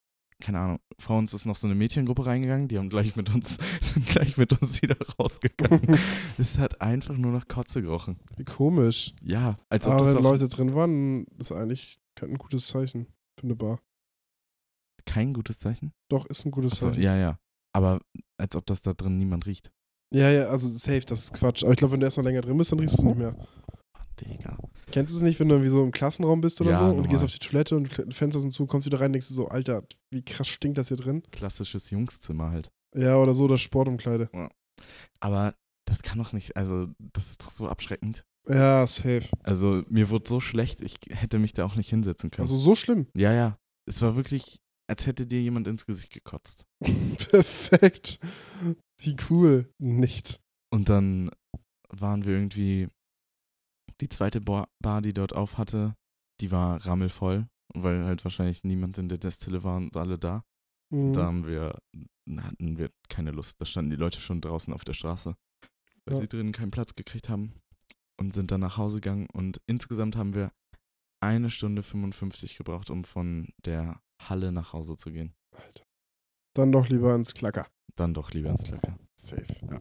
Speaker 1: keine Ahnung, vor uns ist noch so eine Mädchengruppe reingegangen, die haben gleich mit uns, sind gleich mit uns wieder rausgegangen. es hat einfach nur nach Kotze gerochen.
Speaker 2: Wie komisch.
Speaker 1: Ja, als ob
Speaker 2: Aber
Speaker 1: das
Speaker 2: wenn
Speaker 1: auch
Speaker 2: Leute drin waren, ist eigentlich kein gutes Zeichen für eine Bar.
Speaker 1: kein gutes Zeichen.
Speaker 2: Doch, ist ein gutes
Speaker 1: Achso,
Speaker 2: Zeichen.
Speaker 1: ja, ja. Aber als ob das da drin niemand riecht.
Speaker 2: ja. ja, also safe, das ist Quatsch. Aber ich glaube, wenn du erstmal länger drin bist, dann riechst du es nicht mehr.
Speaker 1: Ah, Digga.
Speaker 2: Kennst du es nicht, wenn du irgendwie so im Klassenraum bist oder
Speaker 1: Ja,
Speaker 2: so und du
Speaker 1: normal.
Speaker 2: gehst auf die Toilette und die Fenster sind zu, kommst wieder rein, denkst du so, Alter, wie krass stinkt das hier drin?
Speaker 1: Klassisches Jungszimmer halt.
Speaker 2: Ja, oder so, das Sportumkleide.
Speaker 1: Aber das kann doch nicht, also das ist doch so abschreckend.
Speaker 2: Ja, safe.
Speaker 1: Also mir wurde so schlecht, ich hätte mich da auch nicht hinsetzen können.
Speaker 2: Also so schlimm.
Speaker 1: ja, ja. Es war wirklich, als hätte dir jemand ins Gesicht gekotzt.
Speaker 2: Perfekt. Wie cool. Nicht.
Speaker 1: Und dann waren wir irgendwie, die zweite Bar, Bar, die dort auf hatte, die war rammelvoll, weil halt wahrscheinlich niemand in der Destille war und alle da.
Speaker 2: Mhm.
Speaker 1: Da haben wir, hatten wir keine Lust. Da standen die Leute schon draußen auf der Straße, weil
Speaker 2: Ja.
Speaker 1: sie drinnen keinen Platz gekriegt haben und sind dann nach Hause gegangen. Und insgesamt haben wir eine Stunde 55 gebraucht, um von der Halle nach Hause zu gehen.
Speaker 2: Dann doch lieber ins Klacker.
Speaker 1: Dann doch lieber ins Lager.
Speaker 2: Safe.
Speaker 1: Ja.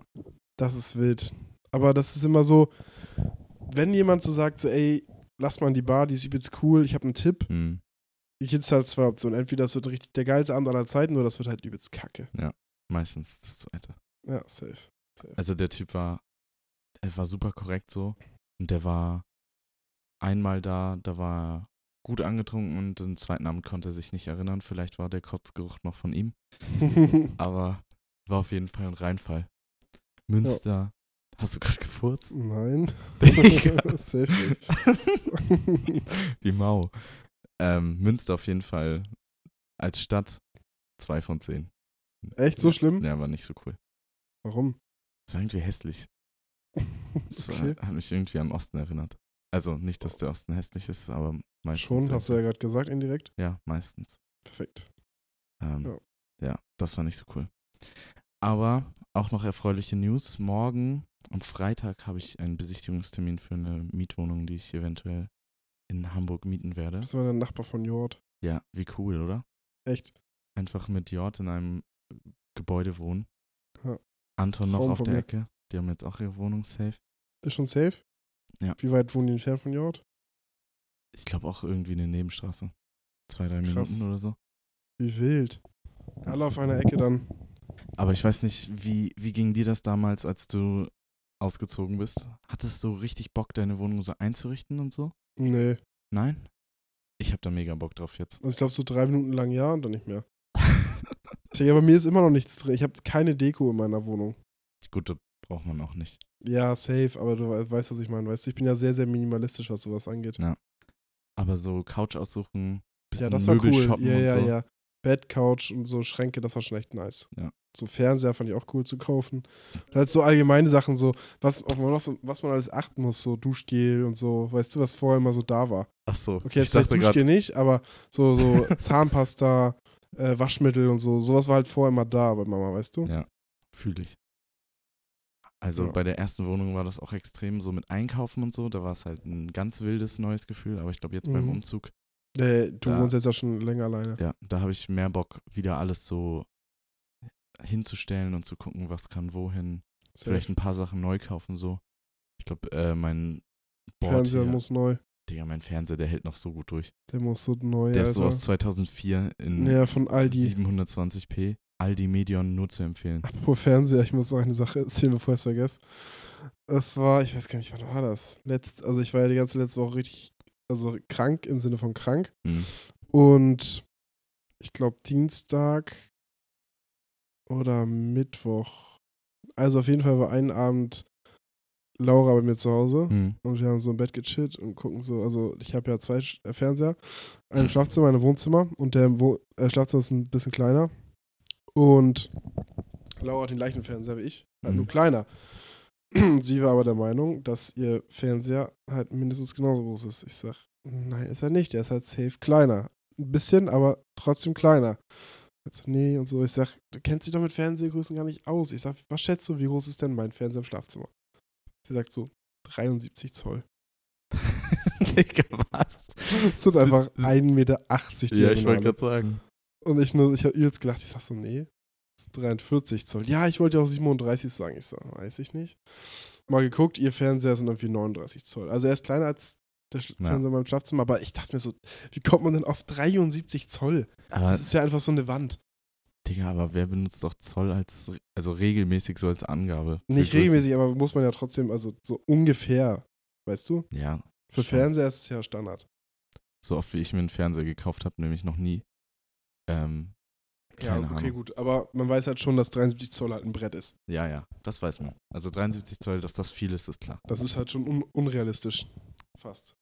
Speaker 2: Das ist wild. Aber das ist immer so, wenn jemand so sagt, so, ey, lass mal in die Bar, die ist übelst cool, ich habe einen Tipp.
Speaker 1: Hm.
Speaker 2: Ich hätte halt zwei Optionen. Entweder das wird richtig der geilste Abend aller Zeiten oder das wird halt übelst kacke.
Speaker 1: Meistens das zweite.
Speaker 2: Ja, safe.
Speaker 1: Also der Typ war, er war super korrekt so. Und der war einmal da, da war er gut angetrunken und den zweiten Abend konnte er sich nicht erinnern. Vielleicht war der Kotzgeruch noch von ihm. Aber war auf jeden Fall ein Reinfall. Münster, hast du gerade gefurzt?
Speaker 2: Nein.
Speaker 1: Digga.
Speaker 2: safe nicht.
Speaker 1: Die Mau. Ähm, Münster auf jeden Fall als Stadt zwei von zehn.
Speaker 2: Echt so schlimm?
Speaker 1: Ja, ne. war nicht so cool.
Speaker 2: Warum?
Speaker 1: Das war irgendwie hässlich. Das war,
Speaker 2: Okay.
Speaker 1: hat mich irgendwie an den Osten erinnert. Also nicht, dass der Osten hässlich ist, aber meistens.
Speaker 2: Schon, hast du ja
Speaker 1: irgendwie-
Speaker 2: gerade gesagt, indirekt.
Speaker 1: Ja, meistens.
Speaker 2: Perfekt.
Speaker 1: Ähm, ja. das war nicht so cool. Aber auch noch erfreuliche News. Morgen, am Freitag, habe ich einen Besichtigungstermin für eine Mietwohnung, die ich eventuell in Hamburg mieten werde.
Speaker 2: Bist du mal der Nachbar von Jord?
Speaker 1: Ja, wie cool, oder?
Speaker 2: Echt.
Speaker 1: Einfach mit Jort in einem Gebäude wohnen.
Speaker 2: Ja.
Speaker 1: Anton noch
Speaker 2: Traum
Speaker 1: auf
Speaker 2: von
Speaker 1: der
Speaker 2: mir.
Speaker 1: Ecke. Die haben jetzt auch ihre Wohnung safe.
Speaker 2: Ist schon safe?
Speaker 1: Ja.
Speaker 2: Wie weit wohnen die entfernt von Jord?
Speaker 1: Ich glaube auch irgendwie eine Nebenstraße. Zwei, drei
Speaker 2: Krass.
Speaker 1: Minuten oder so.
Speaker 2: Wie wild. Alle auf einer Ecke dann.
Speaker 1: Aber ich weiß nicht, wie, wie ging dir das damals, als du ausgezogen bist? Hattest du richtig Bock, deine Wohnung so einzurichten und so?
Speaker 2: Nee.
Speaker 1: Nein? Ich habe da mega Bock drauf jetzt.
Speaker 2: Also ich glaube so drei Minuten lang ja und dann nicht mehr. Digga, bei mir ist immer noch nichts drin. Ich habe keine Deko in meiner Wohnung.
Speaker 1: Gut, das braucht man auch nicht.
Speaker 2: Ja, safe, aber du we- weißt, was ich meine. Weißt du, ich bin ja sehr, sehr minimalistisch, was sowas angeht.
Speaker 1: Aber so Couch aussuchen, bisschen
Speaker 2: Ja, das war
Speaker 1: Möbel
Speaker 2: cool.
Speaker 1: shoppen
Speaker 2: Ja,
Speaker 1: und
Speaker 2: ja,
Speaker 1: so.
Speaker 2: ja. Bett, Couch und so Schränke, das war schon echt nice.
Speaker 1: Ja.
Speaker 2: So Fernseher fand ich auch cool zu kaufen. Und halt so allgemeine Sachen, so, was, auf was, was man alles achten muss, so Duschgel und so, weißt du, was vorher immer so da war.
Speaker 1: Ach so,
Speaker 2: Okay,
Speaker 1: ich
Speaker 2: jetzt vielleicht
Speaker 1: dachte
Speaker 2: Duschgel
Speaker 1: gerade,
Speaker 2: nicht, aber so, so Zahnpasta, äh, Waschmittel und so, sowas war halt vorher immer da bei Mama, weißt du?
Speaker 1: Ja. fühle ich. Also
Speaker 2: Ja.
Speaker 1: bei der ersten Wohnung war das auch extrem so mit Einkaufen und so. Da war es halt ein ganz wildes neues Gefühl. Aber ich glaube, jetzt beim
Speaker 2: Mhm.
Speaker 1: Umzug,
Speaker 2: Äh, du
Speaker 1: Ja.
Speaker 2: wohnst jetzt ja schon länger alleine.
Speaker 1: ja, da habe ich mehr Bock, wieder alles so hinzustellen und zu gucken, was kann wohin. Vielleicht ein paar Sachen neu kaufen, so. Ich glaube, äh, mein Board
Speaker 2: Fernseher
Speaker 1: hier,
Speaker 2: muss neu.
Speaker 1: Digga, mein Fernseher, der hält noch so gut durch.
Speaker 2: Der muss so neu.
Speaker 1: Der ist so
Speaker 2: Alter.
Speaker 1: aus 2004 in
Speaker 2: also Ja, von Aldi.
Speaker 1: 720p. Aldi Medion nur zu empfehlen.
Speaker 2: Apropos Fernseher, ich muss noch eine Sache erzählen, bevor ich es vergesse. Es war, ich weiß gar nicht, wann war das? Letzt, also ich war ja die ganze letzte Woche richtig, also krank im Sinne von krank.
Speaker 1: Mhm.
Speaker 2: Und ich glaube Dienstag oder Mittwoch. Also auf jeden Fall war einen Abend Laura bei mir zu Hause
Speaker 1: Mhm.
Speaker 2: und wir haben so im Bett gechillt und gucken so, also ich habe ja zwei Sch äh, Fernseher, ein Schlafzimmer, ein Wohnzimmer und der Wo äh, Schlafzimmer ist ein bisschen kleiner und Laura hat den gleichen Fernseher wie ich, halt
Speaker 1: Mhm.
Speaker 2: nur kleiner. Sie war aber der Meinung, dass ihr Fernseher halt mindestens genauso groß ist. Ich sag, nein, ist er nicht, der ist halt safe kleiner. Ein bisschen, aber trotzdem kleiner. Jetzt, nee, und so. Ich sag, du kennst dich doch mit Fernsehgrößen gar nicht aus. Ich sag, was schätzt du, wie groß ist denn mein Fernseher im Schlafzimmer? Sie sagt so, 73 Zoll.
Speaker 1: Digga, was?
Speaker 2: Es sind einfach
Speaker 1: Sind-
Speaker 2: 1,80 Meter die
Speaker 1: Ja, ich wollte
Speaker 2: Diagonale.
Speaker 1: gerade sagen.
Speaker 2: Und ich nur, ich habe übelst gelacht, ich sag so, nee, das ist 43 Zoll. Ja, ich wollte ja auch 37 sagen. Ich so, weiß ich nicht. Mal geguckt, ihr Fernseher sind irgendwie 39 Zoll. Also er ist kleiner als der Sch
Speaker 1: Ja.
Speaker 2: Fernseher in meinem Schlafzimmer, aber ich dachte mir so, wie kommt man denn auf 73 Zoll?
Speaker 1: Aber,
Speaker 2: Das ist ja einfach so eine Wand.
Speaker 1: Digga, aber wer benutzt doch Zoll als, also regelmäßig so als Angabe? für
Speaker 2: Nicht
Speaker 1: Größen?
Speaker 2: regelmäßig, aber muss man ja trotzdem, also so ungefähr, weißt du?
Speaker 1: Ja.
Speaker 2: Für
Speaker 1: schon.
Speaker 2: Fernseher ist es ja Standard.
Speaker 1: So oft wie ich mir einen Fernseher gekauft habe, nämlich noch nie. Ähm, Keine
Speaker 2: ja, okay,
Speaker 1: Ahnung.
Speaker 2: gut. Aber man weiß halt schon, dass 73 Zoll halt ein Brett ist.
Speaker 1: ja, ja, das weiß man. Also 73 Zoll, dass das viel ist, ist klar.
Speaker 2: Das ist halt schon un unrealistisch. Fast.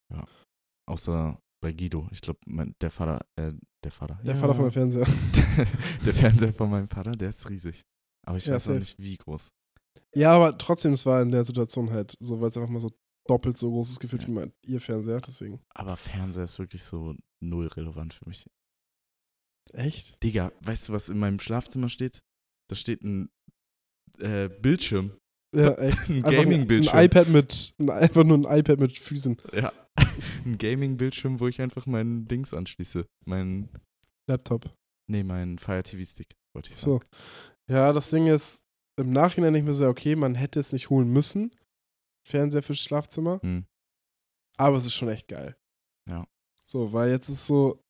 Speaker 1: Außer bei Guido. Ich glaube, der Vater, äh, der Vater.
Speaker 2: Der
Speaker 1: ja.
Speaker 2: Vater von der Fernseher.
Speaker 1: der Fernseher von meinem Vater, der ist riesig. Aber ich
Speaker 2: Ja,
Speaker 1: weiß auch
Speaker 2: safe.
Speaker 1: nicht, wie groß.
Speaker 2: Ja, aber trotzdem, es war in der Situation halt so, weil es einfach mal so doppelt so großes Gefühl
Speaker 1: Ja.
Speaker 2: wie mein, ihr Fernseher, deswegen.
Speaker 1: Aber Fernseher ist wirklich so null relevant für mich.
Speaker 2: Echt?
Speaker 1: Digga, weißt du, was in meinem Schlafzimmer steht? Da steht ein äh, Bildschirm.
Speaker 2: Ja, echt.
Speaker 1: Ein
Speaker 2: Einfach
Speaker 1: Gaming-Bildschirm.
Speaker 2: Ein iPad mit, ein, einfach nur ein iPad mit Füßen.
Speaker 1: Ja. ein Gaming-Bildschirm, wo ich einfach meinen Dings anschließe. Mein,
Speaker 2: Laptop.
Speaker 1: nee, meinen Fire TV-Stick, wollte ich sagen.
Speaker 2: So. Ja, das Ding ist, im Nachhinein denke ich mir so, okay, man hätte es nicht holen müssen. Fernseher fürs Schlafzimmer.
Speaker 1: Hm.
Speaker 2: Aber es ist schon echt geil.
Speaker 1: Ja.
Speaker 2: So, weil jetzt ist so,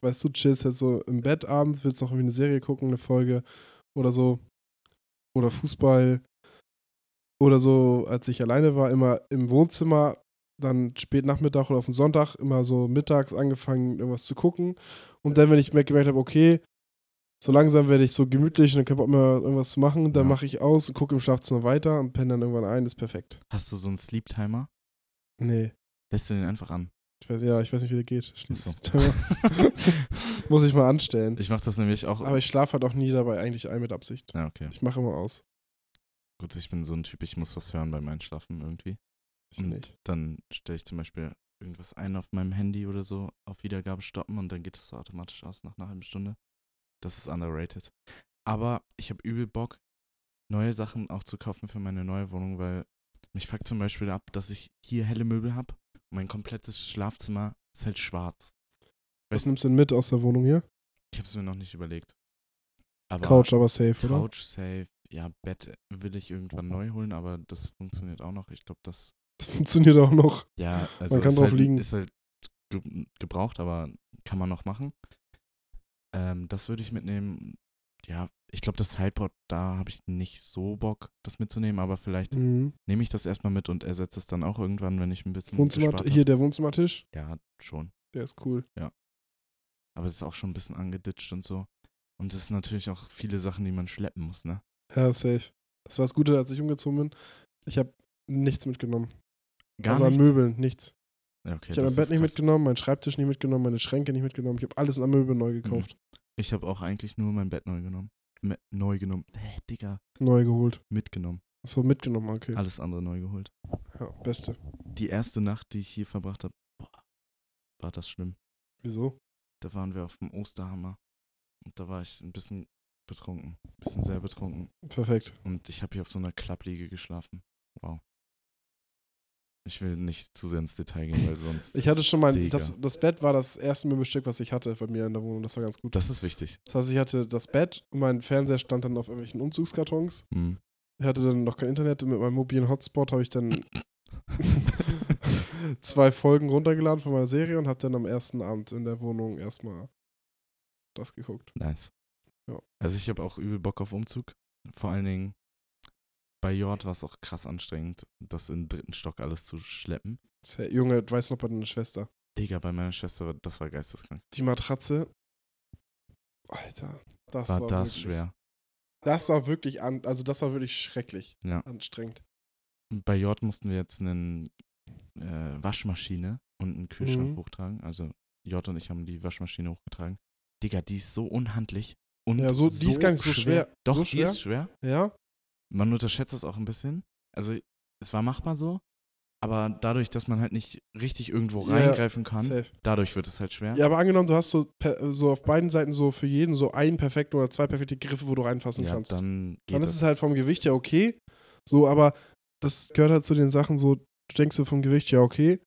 Speaker 2: weißt du, chillst jetzt so im Bett abends, willst noch irgendwie eine Serie gucken, eine Folge oder so. Oder Fußball. Oder so, als ich alleine war, immer im Wohnzimmer, dann spät Nachmittag oder auf den Sonntag, immer so mittags angefangen, irgendwas zu gucken. Und dann, wenn ich mir gemerkt habe, okay, so langsam werde ich so gemütlich und dann kann man immer irgendwas zu machen, dann
Speaker 1: Ja.
Speaker 2: mache ich aus und gucke im Schlafzimmer weiter und penne dann irgendwann ein, ist perfekt.
Speaker 1: Hast du so einen Sleep-Timer?
Speaker 2: Nee.
Speaker 1: Lässt du den einfach an?
Speaker 2: Ich weiß, ja, ich weiß nicht, wie der geht.
Speaker 1: Ach
Speaker 2: Schließt.
Speaker 1: ich
Speaker 2: Muss ich mal anstellen.
Speaker 1: mach das nämlich auch.
Speaker 2: Aber ich schlafe halt auch nie dabei eigentlich ein mit Absicht.
Speaker 1: ja, okay.
Speaker 2: Ich mache immer aus.
Speaker 1: Gut, ich bin so ein Typ, ich muss was hören beim Einschlafen irgendwie.
Speaker 2: Ich
Speaker 1: Und
Speaker 2: nicht.
Speaker 1: dann stelle ich zum Beispiel irgendwas ein auf meinem Handy oder so, auf Wiedergabe stoppen und dann geht das so automatisch aus nach einer halben Stunde. Das ist underrated. Aber ich habe übel Bock, neue Sachen auch zu kaufen für meine neue Wohnung, weil mich fuckt zum Beispiel ab, dass ich hier helle Möbel habe und mein komplettes Schlafzimmer ist halt schwarz.
Speaker 2: Was
Speaker 1: Weißt
Speaker 2: nimmst du denn mit aus der Wohnung hier?
Speaker 1: ich habe es mir noch nicht überlegt. Aber
Speaker 2: Couch aber safe, oder?
Speaker 1: Couch safe. Ja, Bett will ich irgendwann neu holen, aber das funktioniert auch noch. Ich glaube, das
Speaker 2: Das funktioniert auch noch.
Speaker 1: ja, also
Speaker 2: kann
Speaker 1: ist
Speaker 2: drauf
Speaker 1: halt,
Speaker 2: liegen.
Speaker 1: Ist halt ge gebraucht, aber kann man noch machen. Ähm, das würde ich mitnehmen. Ja, ich glaube, das Sideboard, da habe ich nicht so Bock, das mitzunehmen, aber vielleicht
Speaker 2: Mhm.
Speaker 1: nehme ich das erstmal mit und ersetze es dann auch irgendwann, wenn ich ein bisschen.
Speaker 2: Wohnzimmer,
Speaker 1: gespart hab.
Speaker 2: hier der Wohnzimmertisch,
Speaker 1: Ja, schon.
Speaker 2: der ist cool.
Speaker 1: Aber es ist auch schon ein bisschen angeditscht und so. Und es ist natürlich auch viele Sachen, die man schleppen muss, ne?
Speaker 2: Ja, safe. Das war das Gute, als ich umgezogen bin. Ich habe nichts mitgenommen.
Speaker 1: Gar
Speaker 2: also
Speaker 1: nichts.
Speaker 2: an Möbeln, nichts.
Speaker 1: Ja, okay,
Speaker 2: ich habe
Speaker 1: das
Speaker 2: mein Bett
Speaker 1: ist
Speaker 2: nicht
Speaker 1: krass.
Speaker 2: mitgenommen, meinen Schreibtisch nicht mitgenommen, meine Schränke nicht mitgenommen. Ich habe alles an Möbeln neu gekauft,
Speaker 1: Ich habe auch eigentlich nur mein Bett neu genommen. Me neu genommen. Hä, Digga,
Speaker 2: neu geholt.
Speaker 1: mitgenommen.
Speaker 2: Achso, mitgenommen, okay.
Speaker 1: Alles andere neu geholt.
Speaker 2: Ja, beste.
Speaker 1: Die erste Nacht, die ich hier verbracht habe, boah, war das schlimm.
Speaker 2: Wieso?
Speaker 1: Da waren wir auf dem Osterhammer. Und da war ich ein bisschen betrunken. Ein bisschen sehr betrunken.
Speaker 2: Perfekt.
Speaker 1: Und ich habe hier auf so einer Klappliege geschlafen. Wow. Ich will nicht zu sehr ins Detail gehen, weil sonst.
Speaker 2: Ich hatte schon mal,
Speaker 1: Digga.
Speaker 2: das, das Bett war das erste Möbelstück, was ich hatte bei mir in der Wohnung. Das war ganz gut.
Speaker 1: das ist wichtig.
Speaker 2: Das heißt, ich hatte das Bett und mein Fernseher stand dann auf irgendwelchen Umzugskartons.
Speaker 1: Mhm.
Speaker 2: Ich hatte dann noch kein Internet. Mit meinem mobilen Hotspot habe ich dann zwei Folgen runtergeladen von meiner Serie und habe dann am ersten Abend in der Wohnung erstmal das geguckt.
Speaker 1: nice.
Speaker 2: Ja.
Speaker 1: Also ich habe auch übel Bock auf Umzug. Vor allen Dingen bei Jord war es auch krass anstrengend, das in den dritten Stock alles zu schleppen.
Speaker 2: Tja, Junge, du weißt noch bei deiner Schwester.
Speaker 1: Digga, bei meiner Schwester, war- das war geisteskrank.
Speaker 2: Die Matratze. Alter, das war,
Speaker 1: war das
Speaker 2: wirklich,
Speaker 1: schwer.
Speaker 2: Das war wirklich an, also das war wirklich schrecklich
Speaker 1: Ja.
Speaker 2: anstrengend.
Speaker 1: Bei Jord mussten wir jetzt eine äh, Waschmaschine und einen Kühlschrank
Speaker 2: Mhm.
Speaker 1: hochtragen. Also Jord und ich haben die Waschmaschine hochgetragen. Digga, die ist so unhandlich. Und
Speaker 2: Ja, so- die ist gar nicht so schwer.
Speaker 1: Doch,
Speaker 2: So
Speaker 1: die ist schwer.
Speaker 2: Ja?
Speaker 1: Man unterschätzt das auch ein bisschen. Also es war machbar so, aber dadurch, dass man halt nicht richtig irgendwo
Speaker 2: Ja,
Speaker 1: reingreifen kann,
Speaker 2: Safe.
Speaker 1: dadurch wird es halt schwer.
Speaker 2: Ja, aber angenommen, du hast so, per, so auf beiden Seiten so für jeden so einen perfekten oder zwei perfekte Griffe, wo du reinfassen
Speaker 1: Ja,
Speaker 2: kannst.
Speaker 1: dann geht
Speaker 2: dann ist
Speaker 1: das.
Speaker 2: es halt vom Gewicht ja okay. So, aber das gehört halt zu den Sachen so, du denkst so vom Gewicht ja okay,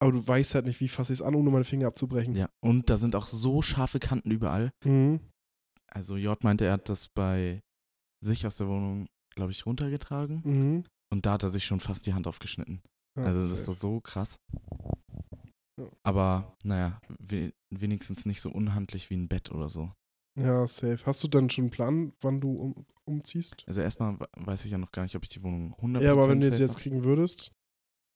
Speaker 2: aber du weißt halt nicht, wie fasse ich es an, ohne meine Finger abzubrechen.
Speaker 1: ja, und da sind auch so scharfe Kanten überall.
Speaker 2: Mhm.
Speaker 1: Also Jord meinte, er hat das bei sich aus der Wohnung, glaube ich, runtergetragen.
Speaker 2: Mhm.
Speaker 1: Und da hat er sich schon fast die Hand aufgeschnitten.
Speaker 2: Ja,
Speaker 1: also das
Speaker 2: safe.
Speaker 1: ist so krass.
Speaker 2: Ja.
Speaker 1: Aber naja, we wenigstens nicht so unhandlich wie ein Bett oder so.
Speaker 2: ja, safe. Hast du dann schon einen Plan, wann du um, umziehst?
Speaker 1: Also erstmal we- weiß ich ja noch gar nicht, ob ich die Wohnung 100%
Speaker 2: Ja, aber wenn du
Speaker 1: safe
Speaker 2: jetzt, jetzt
Speaker 1: hab.
Speaker 2: kriegen würdest,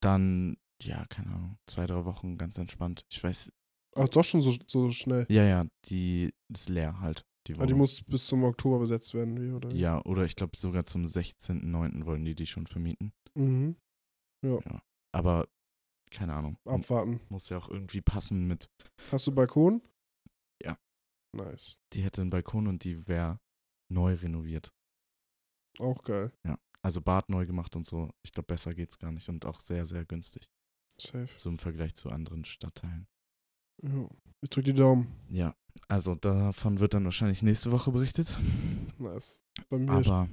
Speaker 1: dann ja, keine Ahnung, zwei, drei Wochen ganz entspannt. Ich weiß,
Speaker 2: ach doch schon so, so schnell.
Speaker 1: ja, ja, die ist leer halt, die
Speaker 2: Aber Ah, die
Speaker 1: Wohnung.
Speaker 2: muss bis zum Oktober besetzt werden, wie, oder? wie?
Speaker 1: ja, oder ich glaube sogar zum 16.09. wollen die die schon vermieten.
Speaker 2: Mhm.
Speaker 1: Aber keine Ahnung, m-
Speaker 2: Abwarten.
Speaker 1: muss ja auch irgendwie passen mit
Speaker 2: Hast du Balkon?
Speaker 1: Ja.
Speaker 2: Nice.
Speaker 1: die hätte einen Balkon und die wäre neu renoviert.
Speaker 2: Auch geil.
Speaker 1: Also Bad neu gemacht und so. Ich glaube, besser geht's gar nicht und auch sehr, sehr günstig.
Speaker 2: Safe.
Speaker 1: So im Vergleich zu anderen Stadtteilen.
Speaker 2: Ja. Ich drück die Daumen.
Speaker 1: Ja, also davon wird dann wahrscheinlich nächste Woche berichtet.
Speaker 2: Nice. Bei mir
Speaker 1: Aber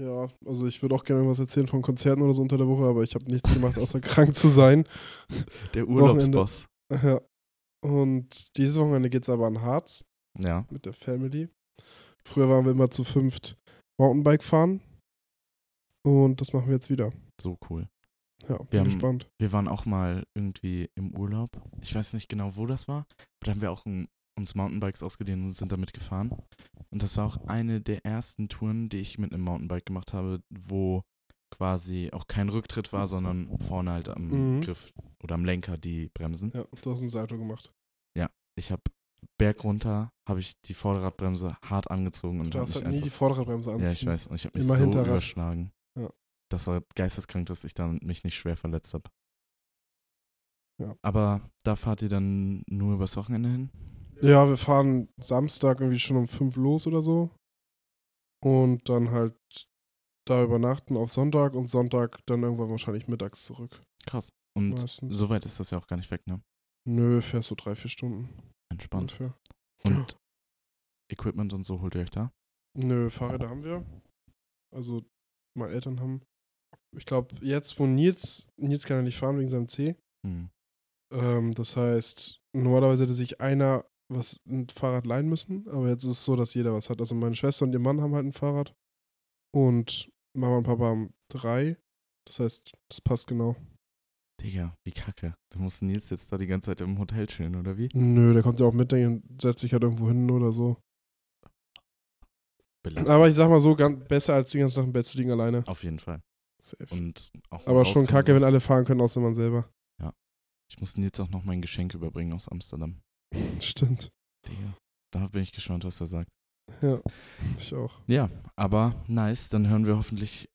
Speaker 2: Ja, also ich würde auch gerne was erzählen von Konzerten oder so unter der Woche, aber ich habe nichts gemacht, außer krank zu sein.
Speaker 1: der
Speaker 2: Wochenende.
Speaker 1: Urlaubsboss.
Speaker 2: Ja. Und dieses Wochenende geht's aber an Harz
Speaker 1: Ja,
Speaker 2: mit der Family. Früher waren wir immer zu fünft Mountainbike fahren. Und das machen wir jetzt wieder.
Speaker 1: so cool.
Speaker 2: Ja, bin
Speaker 1: Wir haben-
Speaker 2: gespannt.
Speaker 1: Wir waren auch mal irgendwie im Urlaub. Ich weiß nicht genau, wo das war. Aber da haben wir auch ein, uns Mountainbikes ausgeliehen und sind damit gefahren. Und das war auch eine der ersten Touren, die ich mit einem Mountainbike gemacht habe, wo quasi auch kein Rücktritt war, sondern vorne halt am
Speaker 2: Mhm.
Speaker 1: Griff oder am Lenker die Bremsen.
Speaker 2: Ja, du hast ein Salto gemacht.
Speaker 1: Ich habe berg runter, habe ich die Vorderradbremse hart angezogen und
Speaker 2: Du
Speaker 1: habe
Speaker 2: hast
Speaker 1: mich
Speaker 2: halt nie die
Speaker 1: einfach.
Speaker 2: Vorderradbremse anziehen.
Speaker 1: Ja, ich weiß. Und ich habe mich
Speaker 2: Immer
Speaker 1: so
Speaker 2: Hinterrad.
Speaker 1: überschlagen.
Speaker 2: Ja.
Speaker 1: Das war geisteskrank, dass ich dann mich nicht schwer verletzt habe.
Speaker 2: Ja.
Speaker 1: Aber da fahrt ihr dann nur übers Wochenende hin?
Speaker 2: Ja, wir fahren Samstag irgendwie schon um fünf los oder so. Und dann halt da übernachten auf Sonntag und Sonntag dann irgendwann wahrscheinlich mittags zurück.
Speaker 1: Krass. Und
Speaker 2: Meistens.
Speaker 1: so weit ist das ja auch gar nicht weg, ne?
Speaker 2: Nö, fährst du drei, vier Stunden
Speaker 1: Entspannt.
Speaker 2: ungefähr.
Speaker 1: Und Equipment und so holt ihr euch da?
Speaker 2: Nö, Fahrräder haben wir. Also, meine Eltern haben. Ich glaube, jetzt, wo Nils, Nils kann ja nicht fahren wegen seinem C.
Speaker 1: Hm.
Speaker 2: Ähm, das heißt, normalerweise hätte sich einer was ein Fahrrad leihen müssen, aber jetzt ist es so, dass jeder was hat. Also meine Schwester und ihr Mann haben halt ein Fahrrad. Und Mama und Papa haben drei. Das heißt, das passt genau.
Speaker 1: Digga, wie kacke. Da muss Nils jetzt da die ganze Zeit im Hotel chillen, oder wie?
Speaker 2: Nö, der kommt ja auch mit, der setzt sich halt irgendwo hin oder so.
Speaker 1: Belastend.
Speaker 2: Aber ich sag mal so, ganz besser als die ganze Nacht im Bett zu liegen alleine.
Speaker 1: Auf jeden Fall.
Speaker 2: Safe.
Speaker 1: Und auch
Speaker 2: Aber schon
Speaker 1: rauskommen
Speaker 2: kacke,
Speaker 1: so.
Speaker 2: wenn alle fahren können, außer man selber.
Speaker 1: Ich muss Nils auch noch mein Geschenk überbringen aus Amsterdam.
Speaker 2: Stimmt.
Speaker 1: Digga. Da bin ich gespannt, was er sagt.
Speaker 2: Ja, ich auch.
Speaker 1: Ja, aber nice. Dann hören wir hoffentlich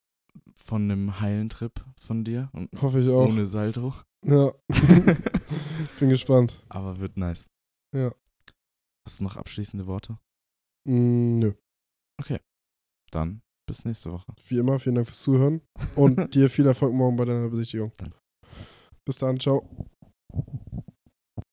Speaker 1: von einem heilen Trip von dir und
Speaker 2: Hoffe ich auch.
Speaker 1: ohne Salto.
Speaker 2: Ja, bin gespannt.
Speaker 1: aber wird nice.
Speaker 2: Ja.
Speaker 1: Hast du noch abschließende Worte?
Speaker 2: Mm, nö.
Speaker 1: Dann bis nächste Woche.
Speaker 2: Wie immer, vielen Dank fürs Zuhören und dir viel Erfolg morgen bei deiner Besichtigung.
Speaker 1: Danke.
Speaker 2: Bis dann, ciao.